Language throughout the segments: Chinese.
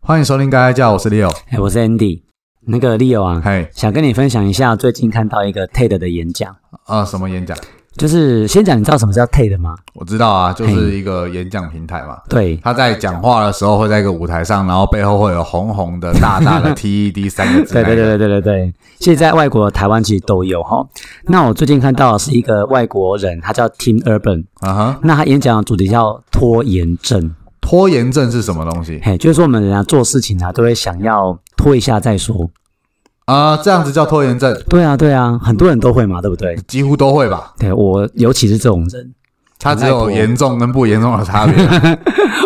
欢迎收听《该该叫》，我是 Leo。哎、我是 Andy。那个 Leo 啊，嘿，想跟你分享一下最近看到一个 TED 的演讲，啊，什么演讲？就是先讲，你知道什么叫 TED 吗？我知道啊，就是一个演讲平台嘛。对，他在讲话的时候会在一个舞台上，然后背后会有红红的、大大的 TED 三个字。对对对对对对对，现在外国、台湾其实都有哈。那我最近看到的是一个外国人，他叫 Tim Urban，对。啊哈，那他演讲的主题叫拖延症，拖延症是什么东西？嘿，就是说我们人啊做事情啊都会想要拖一下再说。啊、这样子叫拖延症，对啊对啊，很多人都会嘛，对不对？几乎都会吧。对我尤其是这种人，它只有很爱拖严重跟不严重的差别。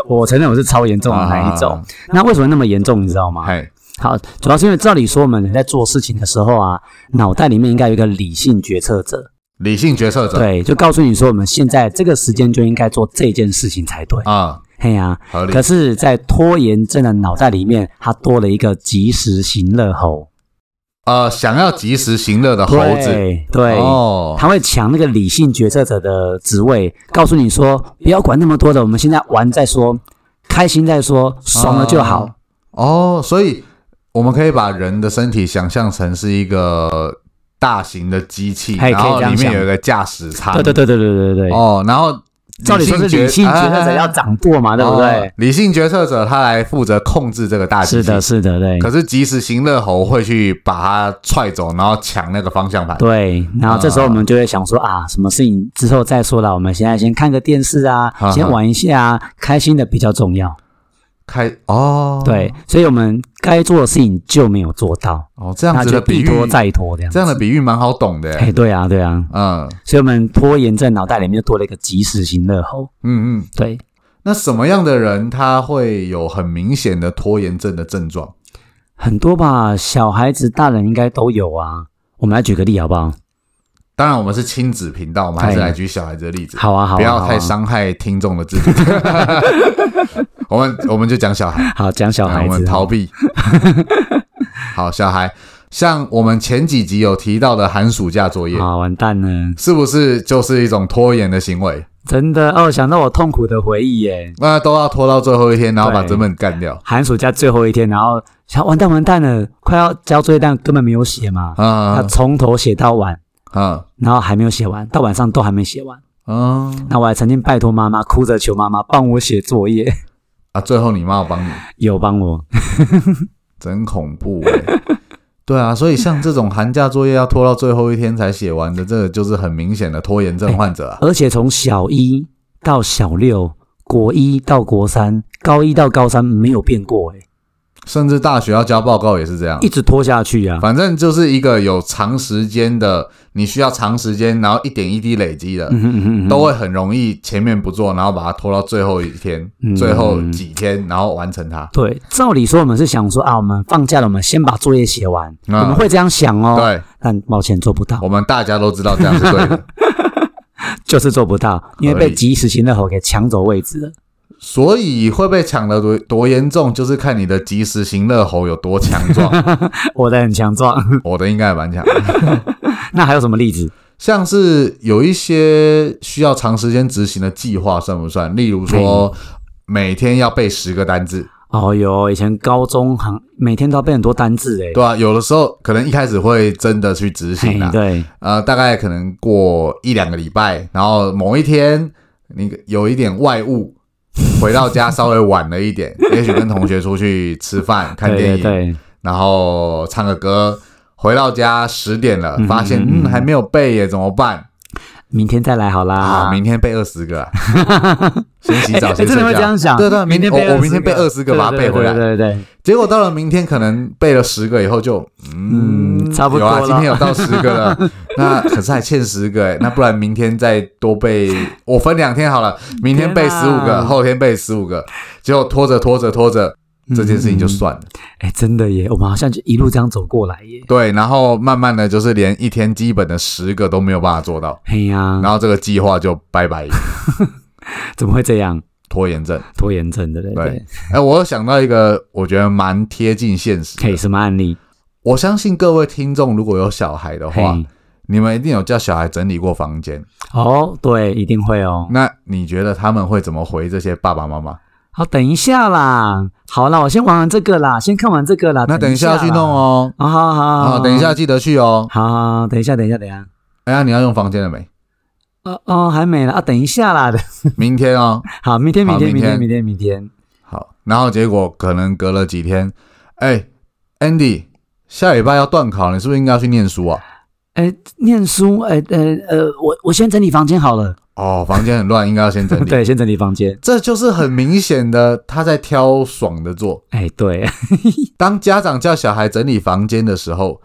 我承认我是超严重的那一种啊。那为什么那么严重？你知道吗？ 嘿，好，主要是因为照理说，我们人在做事情的时候啊，脑袋里面应该有一个理性决策者，理性决策者对，就告诉你说，我们现在这个时间就应该做这件事情才对。啊、嘿呀、合理可是，在拖延症的脑袋里面，它多了一个及时行乐猴呃，想要及时行乐的猴子，对，对哦，他会抢那个理性决策者的职位，告诉你说，不要管那么多的，我们现在玩再说，开心再说，爽了就好。哦，所以我们可以把人的身体想象成是一个大型的机器，嘿然后可以这样里面想有一个驾驶舱。对对对对对对对。哦，然后照理说是理性决策者要啊掌舵嘛，对不哦对？理性决策者他来负责控制这个大机器。是的，。是的，对可是及时行乐猴会去把它踹走，然后抢那个方向盘。对。然后这时候我们就会想说啊，什么事情之后再说啦，我们现在先看个电视啊哈，先玩一下啊，开心的比较重要。啊开哦，对，所以我们该做的事情就没有做到，哦，这样那子就的比必喻，拖再拖这样。这样的比喻蛮好懂的。哎，对啊，对啊，嗯所以我们拖延症脑袋里面就多了一个及时行乐猴。嗯嗯，对，那什么样的人他会有很明显的拖延症的症状？很多吧，小孩子、大人应该都有啊。我们来举个例好不好？当然，我们是亲子频道，我们还是哎来举小孩子的例子，好啊，好啊，不要好啊太。伤害听众的自 尊。我们我们就讲小孩，好，讲小啊孩我们子。逃 避。好，小孩，像我们前几集有提到的寒暑假作业，啊，完蛋了。是不是就是一种拖延的行为？真的哦，想到我痛苦的回忆耶。那都要拖到最后一天，然后把对整本干掉。寒暑假最后一天，然后想完蛋完蛋了，快要交作业，但根本没有写嘛。他啊从头写到晚，啊然后还没有写完，到晚上都还没写完。啊！那我还曾经拜托妈妈，哭着求妈妈帮我写作业，啊，最后你妈我帮你，有帮我。真恐怖哎、 对啊，所以像这种寒假作业要拖到最后一天才写完的，这个就是很明显的拖延症患者啊。而且从小一到小六，国一到国三，高一到高三没有变过哎，甚至大学要交报告也是这样一。直拖下去啊。反正就是一个有长时间的，你需要长时间，然后一点一滴累积的，嗯哼嗯哼嗯哼，都会很容易前面不做，然后把它拖到最后一天、嗯最后几天，然后完成它。对，照理说我们是想说啊，我们放假了，我们先把作业写完，啊我们会这样想哦。对，但抱歉做不到，我们大家都知道这样是对 的，就是做不到，因为合被理及时行乐猴给抢走位置了。所以会被抢的多多严重，就是看你的及时行乐猴有多强 壮。我的很强壮， 我的应该也蛮强的。那还有什么例子？像是有一些需要长时间执行的计划算不算？例如说，嗯每天要背十个单字，哦哟，以前高中行每天都要背很多单字诶。对吧、有的时候可能一开始会真的去执行嘿啊，嗯对，呃，大概可能过一两个礼拜，然后某一天你有一点外务，回到家稍微晚了一 点，也许跟同学出去吃饭、看对电影，对对，然后唱个歌。回到家十点了，嗯发现嗯嗯还没有背耶，怎么办？明天再来好啦。啊，明天背二十 个啊，先洗澡，哎先真睡的觉。会这样想？对对，明天我背我明天背二十个，把它背回来。对对对对结果到了明天，可能背了十个以后就，嗯，嗯差不多有啊，了今天有到十个 了，那可是还欠十个哎，那不然明天再多背，我分两天好了，明天背天十啊五个，后天背十五个，结果拖着拖着拖着，对，这件事情就嗯。算了。哎，真的耶，我们好像就一路这样走过来耶。对，然后慢慢的就是连一天基本的十个都没有办法做到，嘿呀然，后这个计划就拜拜，怎么会这样？拖延症。拖延症，对不对对？哎，我又想到一个，我觉得蛮贴近现实嘿，的。什么案例？我相信各位听众如果有小孩的话，嘿，你们一定有叫小孩整理过房间。哦，对，一定会哦。那你觉得他们会怎么回这些爸爸妈妈？好，等一下啦，好啦，我先玩完这个啦，先看完这个啦，那等一一下下要去弄啦。哦。好好好啊，好，等一下，记得去哦。好，好，好等一下，等一下，等一下。哎呀，你要用房间了没？哦哦，还没了啊，等一下啦。 明天哦。好，明天，明好天，明明天天，明天，明天。好，然后结果可能隔了几天，哎，Andy，下礼拜要断考，你是不是应该要去念书啊？哎，念书，哎，呃呃，我我先整理房间好了。哦，房间很乱，应该要先整理。 对，先整理房间。这就是很明显的他在挑爽的做。哎，对， 当家长叫小孩整理房间的时候，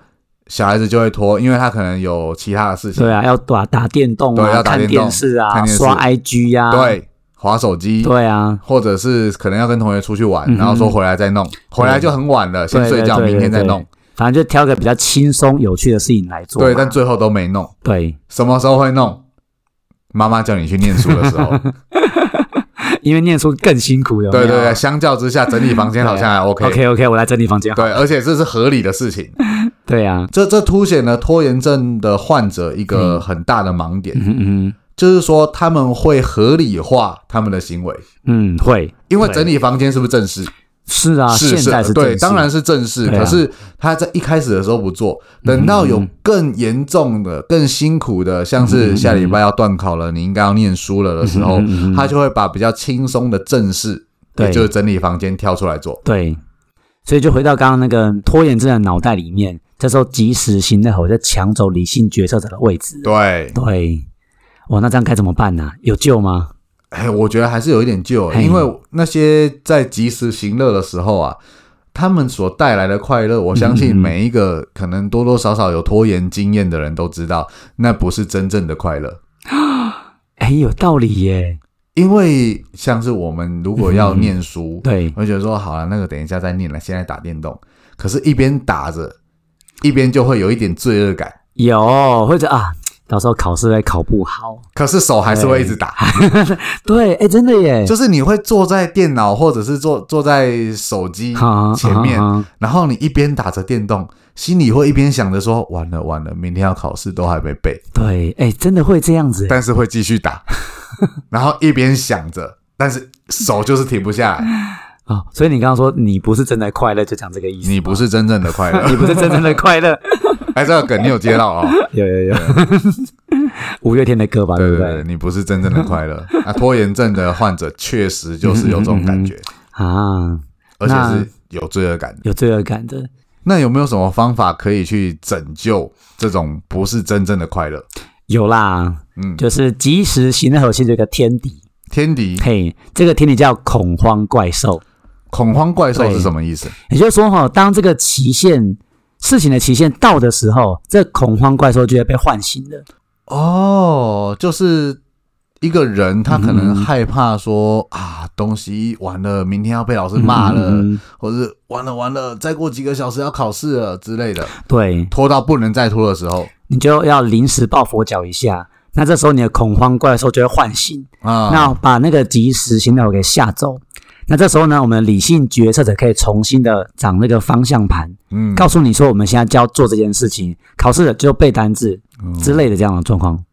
小孩子就会拖，因为他可能有其他的事情，对啊，要打打电动对要啊，打看电动电视啊，看电视刷 IG 呀，对，划手机，啊对啊，或者是可能要跟同学出去玩，嗯哼然后说回来再弄，回来就很晚了，先对睡觉，对对明天再弄对。反正就挑个比较轻松有趣的事情来做嘛。对，但最后都没弄。对，什么时候会弄？妈妈叫你去念书的时 候。啊因为念书更辛苦，有没有对对对，相较之下，整理房间好像还 OK。啊 OK OK，我来整理房间。啊对，而且这是合理的事情。对啊，这这凸显了拖延症的患者一嗯个很大的盲点，嗯嗯就是说他们会合理化他们的行为，嗯，会因为整理房间是不是正事？是啊，是现在是正对，式当然是正事。对啊嗯可是他在一开始的时候不做，等到有更严重的、更辛苦的，像是下礼拜要断考了，你应该要念书了的时候嗯哼嗯哼，他就会把比较轻松的正事，对也就是整理房间挑出来做。对，所以就回到刚刚那个拖延症的脑袋里面，这时候及时行乐吼在抢走理性决策者的位置。对，对，哇，那这样该怎么办呢、啊有救吗？哎，我觉得还是有一点旧，嘿因为那些在及时行乐的时候啊，他们所带来的快乐，我相嗯信每一个可能多多少少有拖延经验的人都知道，那不是真正的快乐。哎，有道理耶。因为像是我们如果要念书， 对，我会觉得说好了，那个等一下再念了，现在打电动。可是，一边打着，一边就会有一点罪恶感，有或者啊，到时候考试会考不好。可是手还是会一直打。对，哎，真的耶。就是你会坐在电脑，或者是坐坐在手机啊前面，啊啊然后你一边打着电动，心里会一边想着说：“完了完了，明天要考试都还没背。对，哎，真的会这样”子耶。但是会继续 打，然后一边想着，但是手就是停不下来。哦，所以你刚刚说你不是真的快乐，就讲这个意思。你不是真正的快乐 你，不是真正的快乐。哎，这个梗你有接到哦？有有有， 五月天的歌吧，对不对对，你不是真正的快 乐。那拖延症的患者确实就是有这种感觉，啊，而且是有罪恶感的。有罪恶感的。那有没有什么方法可以去拯救这种不是真正的快乐？有啦，嗯就是及时行乐，其实有个天敌，天敌嘿，这个天敌叫恐慌怪兽。恐慌怪兽是什么意思？也就是说，哈，当这个期限事情的期限到的时候，这恐慌怪兽就会被唤醒了。哦，就是一个人他可能害怕说、啊，东西完了，明天要被老师骂了，嗯嗯嗯或是完了完了，再过几个小时要考试了之类的，对，拖到不能再拖的时候你就要临时抱佛脚一下。那这时候你的恐慌怪兽就会唤醒，啊，那把那个及时行乐给吓走。那这时候呢，我们理性决策者可以重新的掌那个方向盘，嗯告诉你说我们现在就要做这件事情，考试了就背单字之类的这样的状况。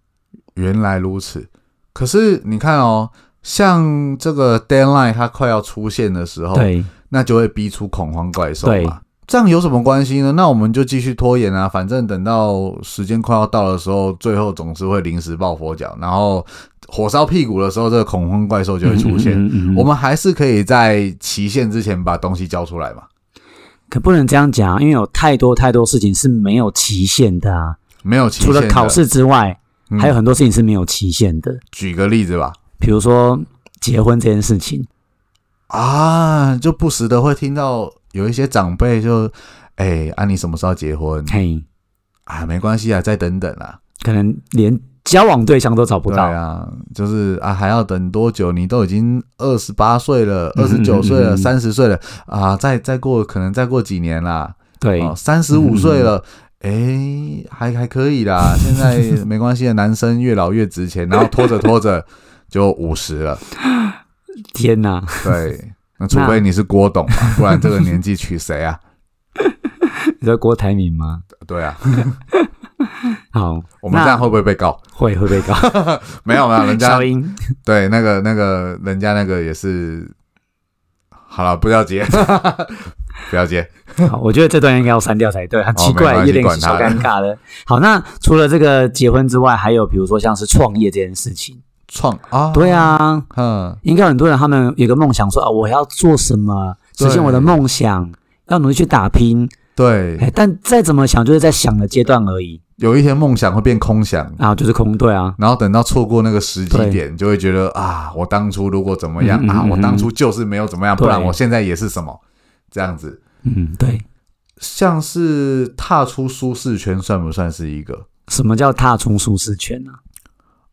原来如此。可是你看哦，像这个 deadline 它快要出现的时候，对，那就会逼出恐慌怪兽对嘛。这样有什么关系呢？那我们就继续拖延啊，反正等到时间快要到的时候，最后总是会临时抱佛脚，然后火烧屁股的时候，这个恐慌怪兽就会出现。嗯嗯嗯嗯嗯我们还是可以在期限之前把东西交出来嘛，可不能这样讲，因为有太多太多事情是没有期限的啊。没有期除限的。了考试之外，嗯还有很多事情是没有期限的，举个例子吧，比如说结婚这件事情。啊，就不时的会听到有一些长辈就，哎，啊，你什么时候结婚？嘿，啊，没关系啊，再等等啦、可能连交往对象都找不对到。啊，就是啊，还要等多久？你都已经二十八岁了，二嗯十九岁嗯了，嗯三十岁了啊，再再过可能再过几年啦，对哦，三十五岁了。哎，还还可以啦， 现在没关系的，男生越老越值钱，然后拖着拖着就五十了，天哪！ 对，那除非你是郭董嘛，不然这个年纪娶谁啊？你说郭台铭吗？对啊，好，我们那这样会不会被告？会会被告。 没有没有，人家小英，对那个那个人家那个也是好了，不要接， 不要接。好，我觉得这段应该要删掉才对，很奇哦没怪，关系有点小尴尬的。好，那除了这个结婚之外，还有比如说像是创业这件事情，创啊，对啊，嗯，应该很多人他们有个梦想说啊，我要做什么，实现我的梦想，要努力去打拼。对，哎，但再怎么想，就是在想的阶段而已有一天梦想会变空想，啊，就是空对啊，然后等到错过那个时机对点，就会觉得啊，我当初如果怎么样嗯嗯啊，嗯我当初就是没有怎么样，对不然我现在也是什么这样子。嗯，对。像是踏出舒适圈，算不算是一个？什么叫踏出舒适圈啊呢、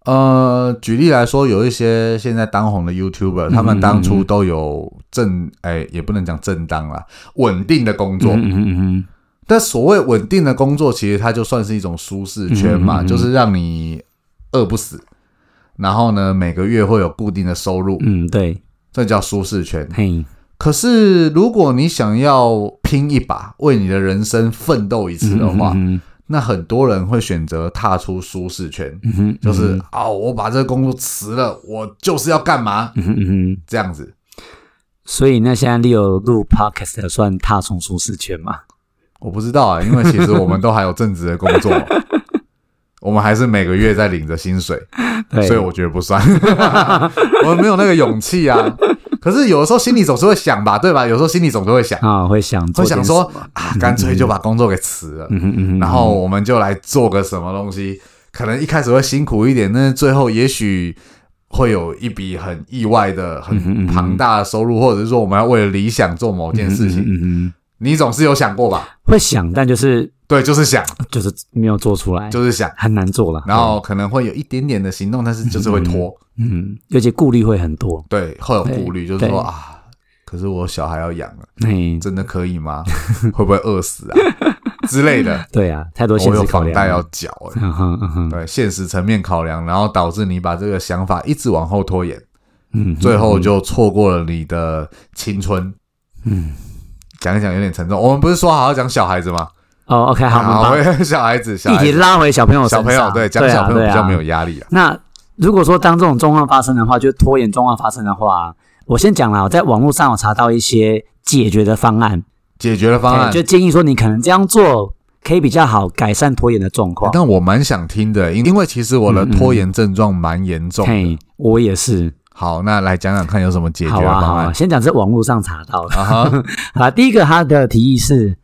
呃，举例来说，有一些现在当红的嗯 YouTuber，他们当初都有正，哎、也不能讲正当啦，稳定的工作。嗯嗯嗯但所谓稳定的工作，其实它就算是一种舒适圈嘛，嗯嗯嗯就是让你饿不死，然后呢，每个月会有固定的收入，嗯，对，这叫舒适圈。嘿，可是如果你想要拼一把，为你的人生奋斗一次的话，嗯那很多人会选择踏出舒适圈，嗯哼，就是啊、我把这个工作辞了，我就是要干嘛嗯哼嗯哼，这样子。所以那现在 Leo 录 Podcast 算踏出舒适圈吗？我不知道啊，因为其实我们都还有正职的工 作，我们还是每个月在领着薪水，对，所以我觉得不算， 我们没有那个勇气啊。可是有的时候心里总是会想吧，对吧？有时候心里总是会想，啊会想会做想点说什么，啊，干脆就把工作给辞了，嗯哼嗯哼，然后我们就来做个什么东西，可能一开始会辛苦一点，但是最后也许会有一笔很意外的、很嗯嗯嗯庞大的收入，或者是说我们要为了理想做某件事嗯情，哼嗯哼，你总是有想过吧？会想，但就是对，就是想，就是没有做出来，就是想，很难做了。然后可能会有一点点的行动，但是就是会拖，对，嗯，而且顾虑会很多，对，会有顾虑，对就是说对啊，可是我小孩要养了，嘿，真的可以 吗？会不会饿死啊之类的？对啊，太多我现有实考房量。贷要缴、欸，嗯哼嗯哼，对现实层面考量，然后导致你把这个想法一直往后拖延，嗯，最后就错过了你的青春。嗯，讲一讲有点沉重。我们不是说好好讲小孩子吗？哦，OK，好，我们好，小孩子，小把孩议题子，拉回小朋友小身朋友，上，对，讲啊小朋友对比啊较没有压力啊。那如果说当这种状况发生的话，就是拖延状况发生的话，我先讲啦，我在网络上有查到一些解决的方案，解决的方案哎对，就建议说你可能这样做可以比较好改善拖延的状况。但我蛮想听的，因因为其实我的拖延症状蛮严重的嗯嘿。，我也是。好，那来讲讲看有什么解决好的啊，好方啊，案先讲这网络上查到的。啊哈？ 好啦，第一个他的提议是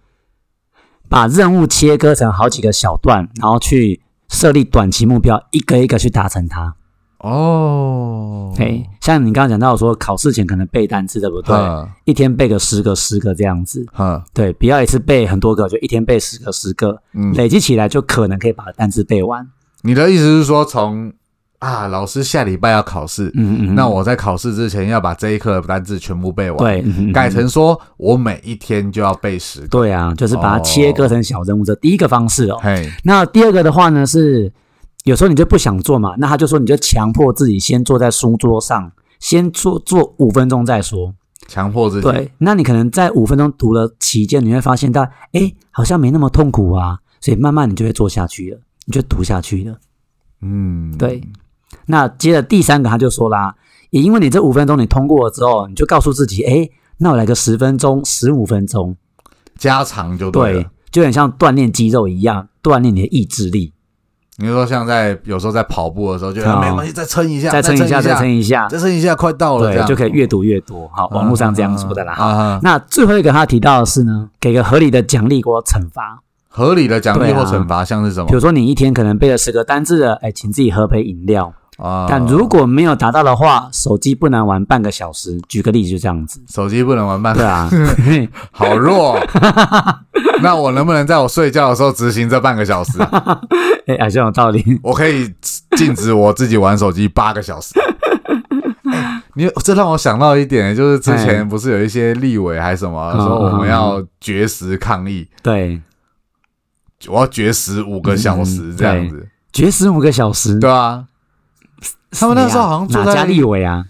把任务切割成好几个小段，然后去设立短期目标，一个一个去达成它。哦，啊嘿，像你刚刚讲到说考试前可能背单词，对不对？哼，一天背个十个、十个这样子。哼，对，不要一次背很多个，就一天背十个、十个，嗯累积起来就可能可以把单词背完。你的意思是说从啊，老师下礼拜要考试，嗯那我在考试之前要把这一课的单字全部背完，，对，嗯嗯改成说我每一天就要背十个，对啊，就是把它切割成小任务，这第一个方式哦。嘿，那第二个的话呢是，有时候你就不想做嘛，那他就说你就强迫自己先坐在书桌上，先做做五分钟再说。强迫自己，对，那你可能在五分钟读的期间，你会发现到，哎，好像没那么痛苦啊，所以慢慢你就会做下去了，你就读下去了。嗯，对，那接着第三个他就说啦，也因为你这五分钟你通过了之后，你就告诉自己，哎，那我来个十分钟、十五分钟，加长就对了。对，就很像锻炼肌肉一样，锻炼你的意志力，你就说像在有时候在跑步的时候，就、对啊啊、没关系，再撑一下，再撑一下，再再撑一一下下，，再撑一下，快到了，这对，样嗯就可以越读越多。好，网络上这样说的啦。啊哈，啊啊那最后一个他提到的是呢，给个合理的奖励或惩罚，合理的奖励对啊或惩罚像是什比么如说你一天可能背了十个单字了，哎，请自己喝杯饮料。啊？但如果没有达到的话，手机不能玩半个小时。举个例子就这样子，手机不能玩伴对， 啊。好弱。 那我能不能在我睡觉的时候执行这半个小时啊、 哎、好像有道理。我可以禁止我自己玩手机八个小时。啊 哎你这让我想到一点，就是之前不是有一些立委还什么嗯说我们要绝食抗议，对，我要绝食五个小嗯时这样子，绝食五个小时。对啊，他们那时候好像谁坐啊在哪家立委啊？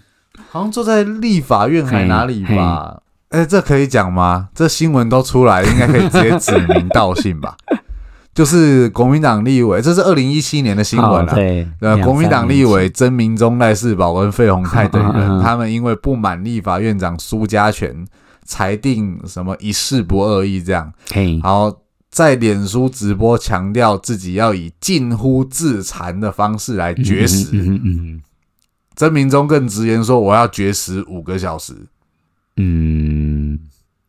好像坐在立法院还哪里嘿吧？哎，这可以讲吗？这新闻都出来，应该可以直接指名道姓吧？ 就是国民党立委，这是二零一七年的新闻哦啊。对，呃，两国民党立，委曾明忠、赖世宝跟费鸿泰等 嗯嗯嗯人，他们因为不满立法院长苏家全裁定什么一事不二议这样，三年前嘿，然后在脸书直播强调自己要以近乎自残的方式来绝食。嗯嗯嗯曾明忠更直言说：“我要绝食五个小时。嗯，嗯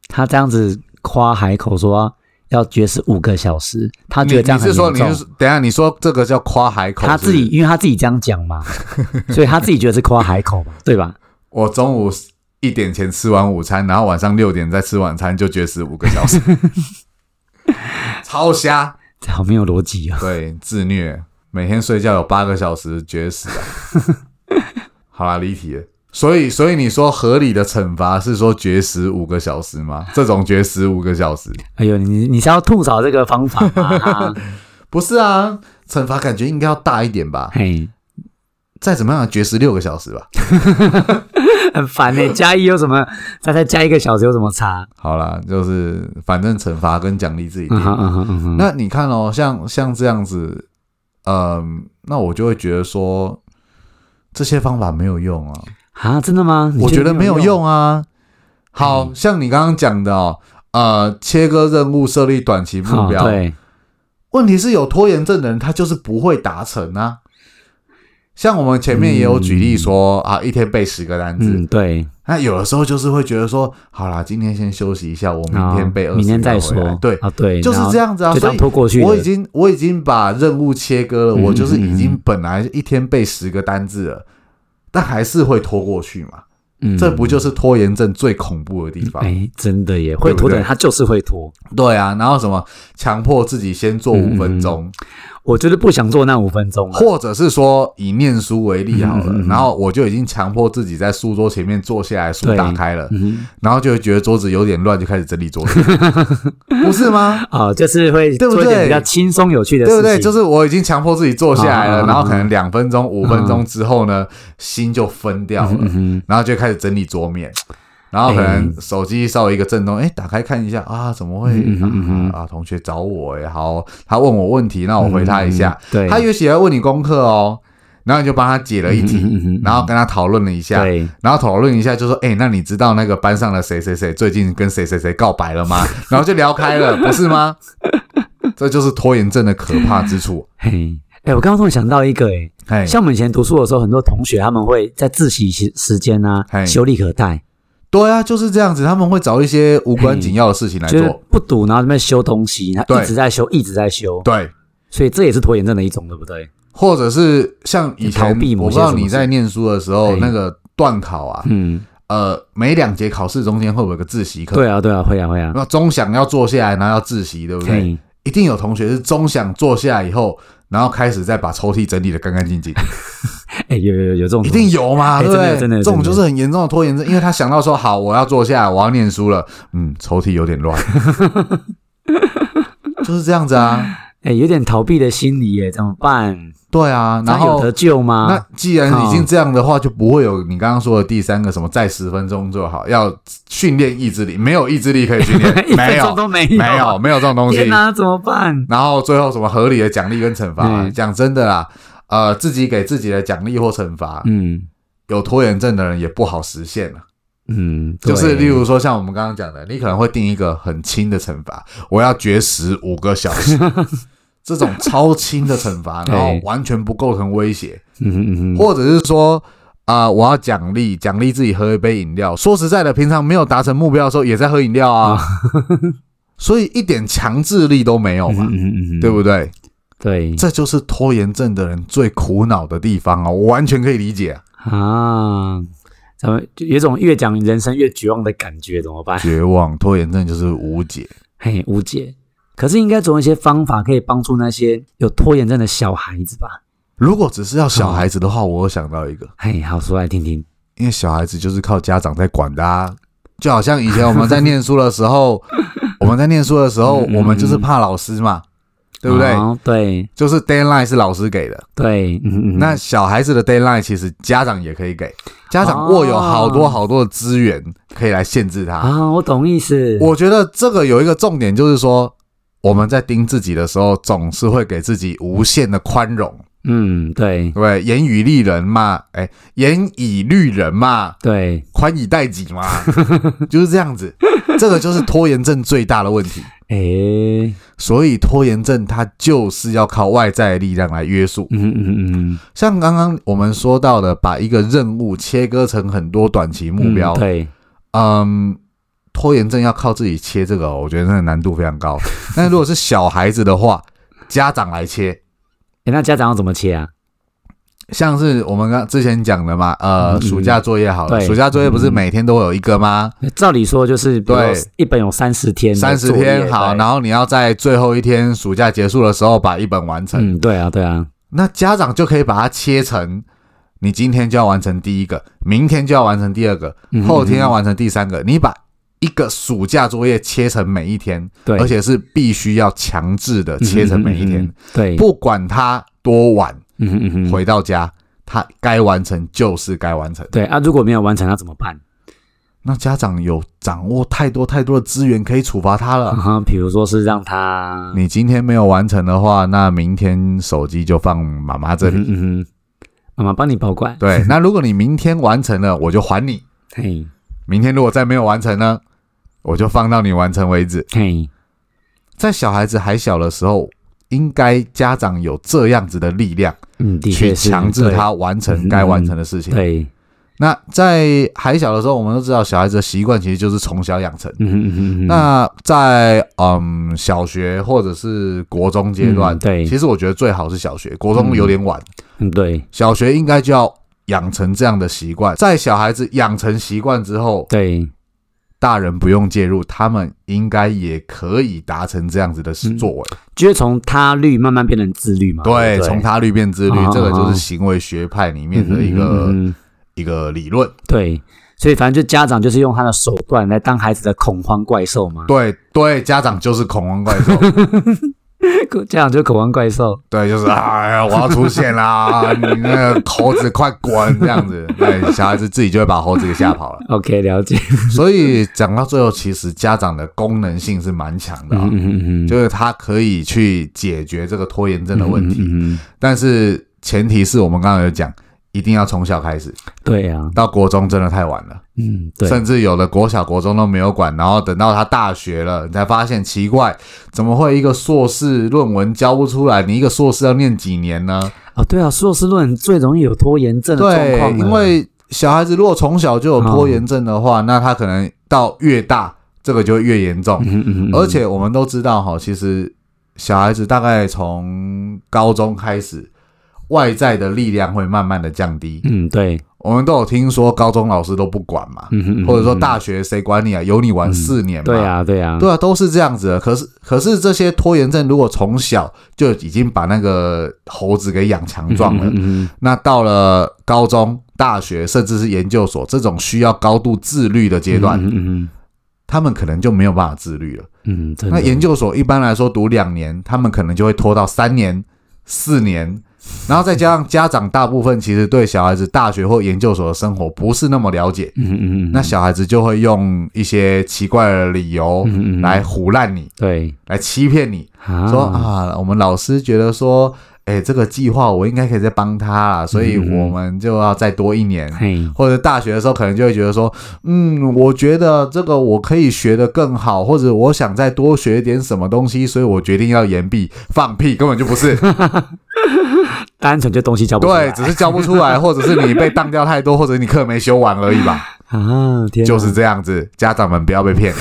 他这样子夸海口说要绝食五个小时，他你”啊觉得这样你很是说严你重是。等一下你说这个叫夸海口他是不是自己，因为他自己这样 讲嘛，所以他自己觉得是夸海口嘛，对吧？我中午一点前吃完午餐，然后晚上六点再吃晚餐，就绝食五个小时， 超瞎。这好没有逻辑啊！对，自虐，每天睡觉有八个小时，绝食、啊。 好啦，离题了。所以，所以你说合理的惩罚是说绝食五个小时吗？这种绝食五个小时哎呦，你你是要吐槽这个方法 吗？哈哈不是啊？惩罚感觉应该要大一点吧？嘿，再怎么样绝食六个小时吧？很烦呢、加一有什么？再再加一个小时有什么差？好啦，就是反正惩罚跟奖励自己定嗯。哼嗯哼嗯哼，那你看哦，像像这样子，嗯、那我就会觉得说这些方法没有用啊。啊，真的吗？你我觉得没没有用用啊。好像你刚刚讲的哦，呃，切割任务设立短期目啊、标，对，问题是有拖延症的人他就是不会达成啊。像我们前面也有举例说、啊，一天背十个单嗯，词，对，那、有的时候就是会觉得说，好啦，今天先休息一下，我明天背二啊十，明天再说，对，啊，对，就是这样子啊。然后就这所以样拖过去了。我已经我已经把任务切割了，嗯我就是已嗯经嗯本来一天背十个单字了，但还是会拖过去嘛。嗯，这不就是拖延症最恐怖的地方？哎，真的耶，会对不拖的对人他就是会拖。对啊，然后什么强迫自己先做五分嗯钟，我就是不想做那五分钟 啊，或者是说以念书为例好了，嗯嗯嗯然后我就已经强迫自己在书桌前面坐下来，书对打开了，嗯然后就会觉得桌子有点乱，就开始整理桌子， 不是吗？啊、就是会对不做一点对比较轻松有趣的事对情，不对？就是我已经强迫自己坐下来啊啊了，啊然后可能两分钟、五分钟之后呢，心就分掉了，嗯哎然后就开始整理桌面，然后可能手机稍微一个震动，哎，打开看一下啊，怎么会嗯哼嗯哼啊？同学找我哎，好，他问我问题，那我回他一下。嗯对，他也许要问你功课哦，然后你就帮他解了一嗯哼题，嗯哼然后跟他讨论了一下，对，然后讨论一下就说，哎，那你知道那个班上的谁谁谁最近跟谁谁谁告白了 吗？然后就聊开了，不是吗？这就是拖延症的可怕之 处。嘿，哎，我刚刚突然想到一个，哎，哎，像我们以前读书的时候，很多同学他们会在自习时时间啊嘿修理可带，对啊，就是这样子，他们会找一些无关紧要的事情来哎就是做。不读，然后在那边修东西，然后对一直在修，一直在修，对，所以这也是拖延症的一种，对不对？或者是像以前，逃避某我不些知道什么你事在念书的时候哎那个断考啊，嗯，呃，每两节考试中间会不会有个自习课？对啊，对啊，会啊，会啊，那钟响要坐下来，然后要自习，对不对？嘿，一定有同学是钟响坐下来以后，然后开始再把抽屉整理的干干净净，哎，有有有这种，一定有嘛，哎对不对？真的真的这种就是很严重的拖延症，因为他想到说，好，我要坐下来，我要念书了，嗯，抽屉有点乱， 就是这样子啊，哎，有点逃避的心理耶，怎么办？对啊，然那有后得。救吗那？既然已经这样的话，就不会有你刚刚说的第三个什么再十分钟就好，要训练意志力，没有意志力可以训 一练，没分有钟，都没没有，，没有这种东西。天哪，怎么办？然后最后什么合理的奖励跟惩罚、嗯讲真的啦，呃，自己给自己的奖励或惩罚，嗯有拖延症的人也不好实现啊了。嗯，对就是例如说，像我们刚刚讲的，你可能会定一个很轻的惩罚，我要绝食五个小 时，这种超轻的惩罚，对然后完全不构成威胁，嗯嗯嗯，或者是说。啊、我要奖励奖励自己喝一杯饮料。说实在的，平常没有达成目标的时候，也在喝饮料啊， 所以一点强制力都没有嘛，嗯嗯嗯，对不对？对这就是拖延症的人最苦恼的地方哦，我完全可以理解、啊，啊，咱们就有种越讲人生越绝望的感觉，怎么办？ 绝望拖延症就是无解。嘿，无解。可是应该总有一些方法可以帮助那些有拖延症的小孩子吧？如果只是要小孩子的话，我有想到一个，嘿，好，说来听听。因为小孩子就是靠家长在管的、啊，就好像以前我们在念书的时 候，我们在念书的时候，嗯嗯我们就是怕老师嘛，对不对？哦对就是 deadline 是老师给的，对，嗯嗯，那小孩子的 deadline 其实家长也可以给，家长握有好多好多的资源可以来限制他。哦啊，我懂意思。我觉得这个有一个重点，就是说我们在盯自己的时候，总是会给自己无限的宽容，嗯，对对不对？严以律人嘛，哎，严以律人嘛，对，宽以待己嘛， 就是这样子。这个就是拖延症最大的问题。诶，所以拖延症它就是要靠外在的力量来约束。嗯嗯嗯，像刚刚我们说到的，把一个任务切割成很多短期目标嗯，对，嗯，拖延症要靠自己切这个哦、我觉得真的难度非常 高。但如果是小孩子的话，家长来切，诶，那家长要怎么切啊？像是我们刚之前讲的嘛，呃，嗯暑假作业好了，对嗯暑假作业不是每天都会有一个吗？照理说就是，比如对一本有三十天的作业，三十天好，对然后你要在最后一天暑假结束的时候把一本完成，嗯，对啊，对啊，那家长就可以把它切成。你今天就要完成第一个，明天就要完成第二个，嗯后天要完成第三个。你把一个暑假作业切成每一天，对，而且是必须要强制的嗯切成每一天，，嗯嗯嗯对，，不管他多晚嗯嗯嗯嗯，回到家，他该完成就是该完成。对啊，如果没有完成，那怎么办？那家长有掌握太多太多的资源可以处罚他啊了。哈，比如说是让他，你今天没有完成的话，那明天手机就放妈妈这里。嗯嗯嗯，妈妈帮你保管，对， 那如果你明天完成了，我就还你；嘿，明天如果再没有完成呢，我就放到你完成为止。嘿，在小孩子还小的时候，应该家长有这样子的力量嗯，的去确是强制，他完成该完成的事情。对，对那在还小的时候，我们都知道小孩子的习惯其实就是从小养成。嗯嗯嗯嗯嗯，那在嗯小学或者是国中阶段，嗯对其实我觉得最好是小学，国中有点晚，嗯对小学应该就要养成这样的习惯。在小孩子养成习惯之后，对，大人不用介入，他们应该也可以达成这样子的嗯作为。就是从他律慢慢变成自律嘛，对对，不对，从他律变自律，哦这个就是行为学派里面的一个、嗯嗯嗯嗯嗯一个理论。对，所以反正就家长就是用他的手段来当孩子的恐慌怪兽嘛，对对，家长就是恐慌怪 兽。家长就恐慌怪兽，对，就是哎呀，我要出现啦！你那个猴子快滚这样子，对，小孩子自己就会把猴子给吓跑了。 OK，了解，所以讲到最后，其实家长的功能性是蛮强的、啊，嗯嗯就是他可以去解决这个拖延症的问题，嗯嗯嗯但是前提是我们刚刚有讲，一定要从小开始，对啊，到国中真的太晚了，嗯，对，甚至有的国小、国中都没有管，然后等到他大学了，你才发现奇怪，怎么会一个硕士论文交不出来？你一个硕士要念几年呢？哦，对啊，硕士论文最容易有拖延症的状对况，了，啊因为小孩子如果从小就有拖延症的啊话，那他可能到越大，这个就会越严重。嗯嗯嗯，而且我们都知道哈，其实小孩子大概从高中开始，外在的力量会慢慢的降低。嗯对，我们都有听说高中老师都不管嘛，嗯嗯嗯，或者说大学谁管你啊？有你玩四年嘛？对。啊对啊，对啊，都是这样子的。可是，可是这些拖延症如果从小就已经把那个猴子给养强壮了，嗯嗯嗯那到了高中、大学，甚至是研究所这种需要高度自律的阶段，嗯嗯他们可能就没有办法自律了。嗯，嗯真的那研究所一般来说读两年，他们可能就会拖到三年、四年，然后再加上家长大部分其实对小孩子大学或研究所的生活不是那么了解，嗯嗯嗯嗯，那小孩子就会用一些奇怪的理由嗯嗯嗯来胡烂你，对来欺骗你。啊说啊，我们老师觉得说，哎、这个计划我应该可以再帮他啦，所嗯以我们就要再多一年。嘿或者大学的时候，可能就会觉得说，嗯，我觉得这个我可以学得更好，或者我想再多学点什么东西，所以我决定要延毕。放屁，根本就不是，单纯就东西交不出来对，只是教不出来，或者是你被当掉太多，或者你课没修完而已吧，啊天哪就是这样子。家长们不要被骗，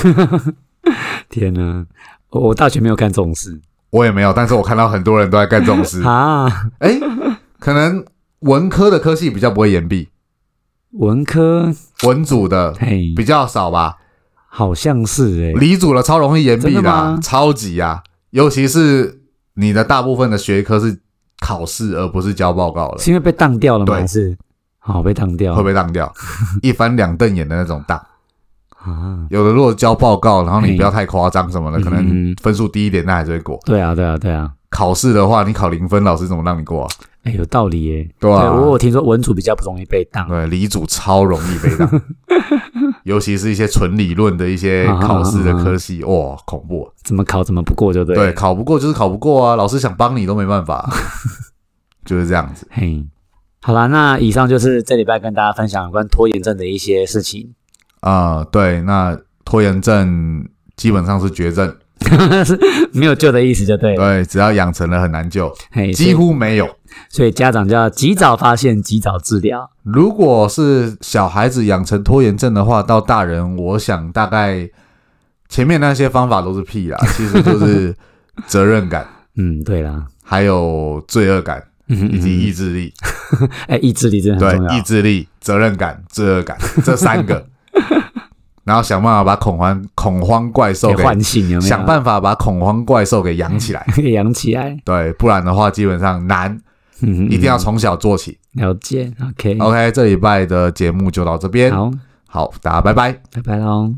天哪，我我大学没有干这种事我也没有，但是我看到很多人都在干这种 事。啊，哎、可能文科的科系比较不会延毕，文科文组的嘿比较少吧，好像是哎，理组的超容易延毕真的啦吗，超级啊！尤其是你的大部分的学科是考试而不是交报告了，是因为啊被当掉了吗？对还是好被当掉会被当 掉，一翻两瞪眼的那种当。啊？有的如果交报告，然后你嘿不要太夸张什么的，可嗯能分数低一点那还是会过。对啊对啊对啊，考试的话，你考零分，老师怎么让你过啊？哎有道理耶，对啊我有听说文组比较不容易被当， 对，理组超容易被当。尤其是一些纯理论的一些啊考试的科系，哇、恐怖、啊！怎么考怎么不过就对。对，，考不过就是考不过啊，老师想帮你都没办 法，就是这样子。嘿，好啦，那以上就是这礼拜跟大家分享有关拖延症的一些事情， 啊、对，那拖延症基本上是绝症，是没有救的意思就对了。对，只要养成了很难救，嘿，所以几乎没有。所以家长就要及早发现，及早治疗。如果是小孩子养成拖延症的话，到大人，我想大概前面那些方法都是屁 啦，其实就是责任感，嗯，对啦，还有罪恶感嗯以及意志力，哎，意志力真的很重对，意要。志力、责任感、罪恶感这三 个，然后想办法把恐慌恐慌怪兽给给唤醒有没有？想办法把恐慌怪兽给养起来。 法养起来，对，不然的话基本上难，嗯，一定要从小做起。了解。OK， OK，这礼拜的节目就到这边，嗯好，好，大家拜拜。拜拜喽。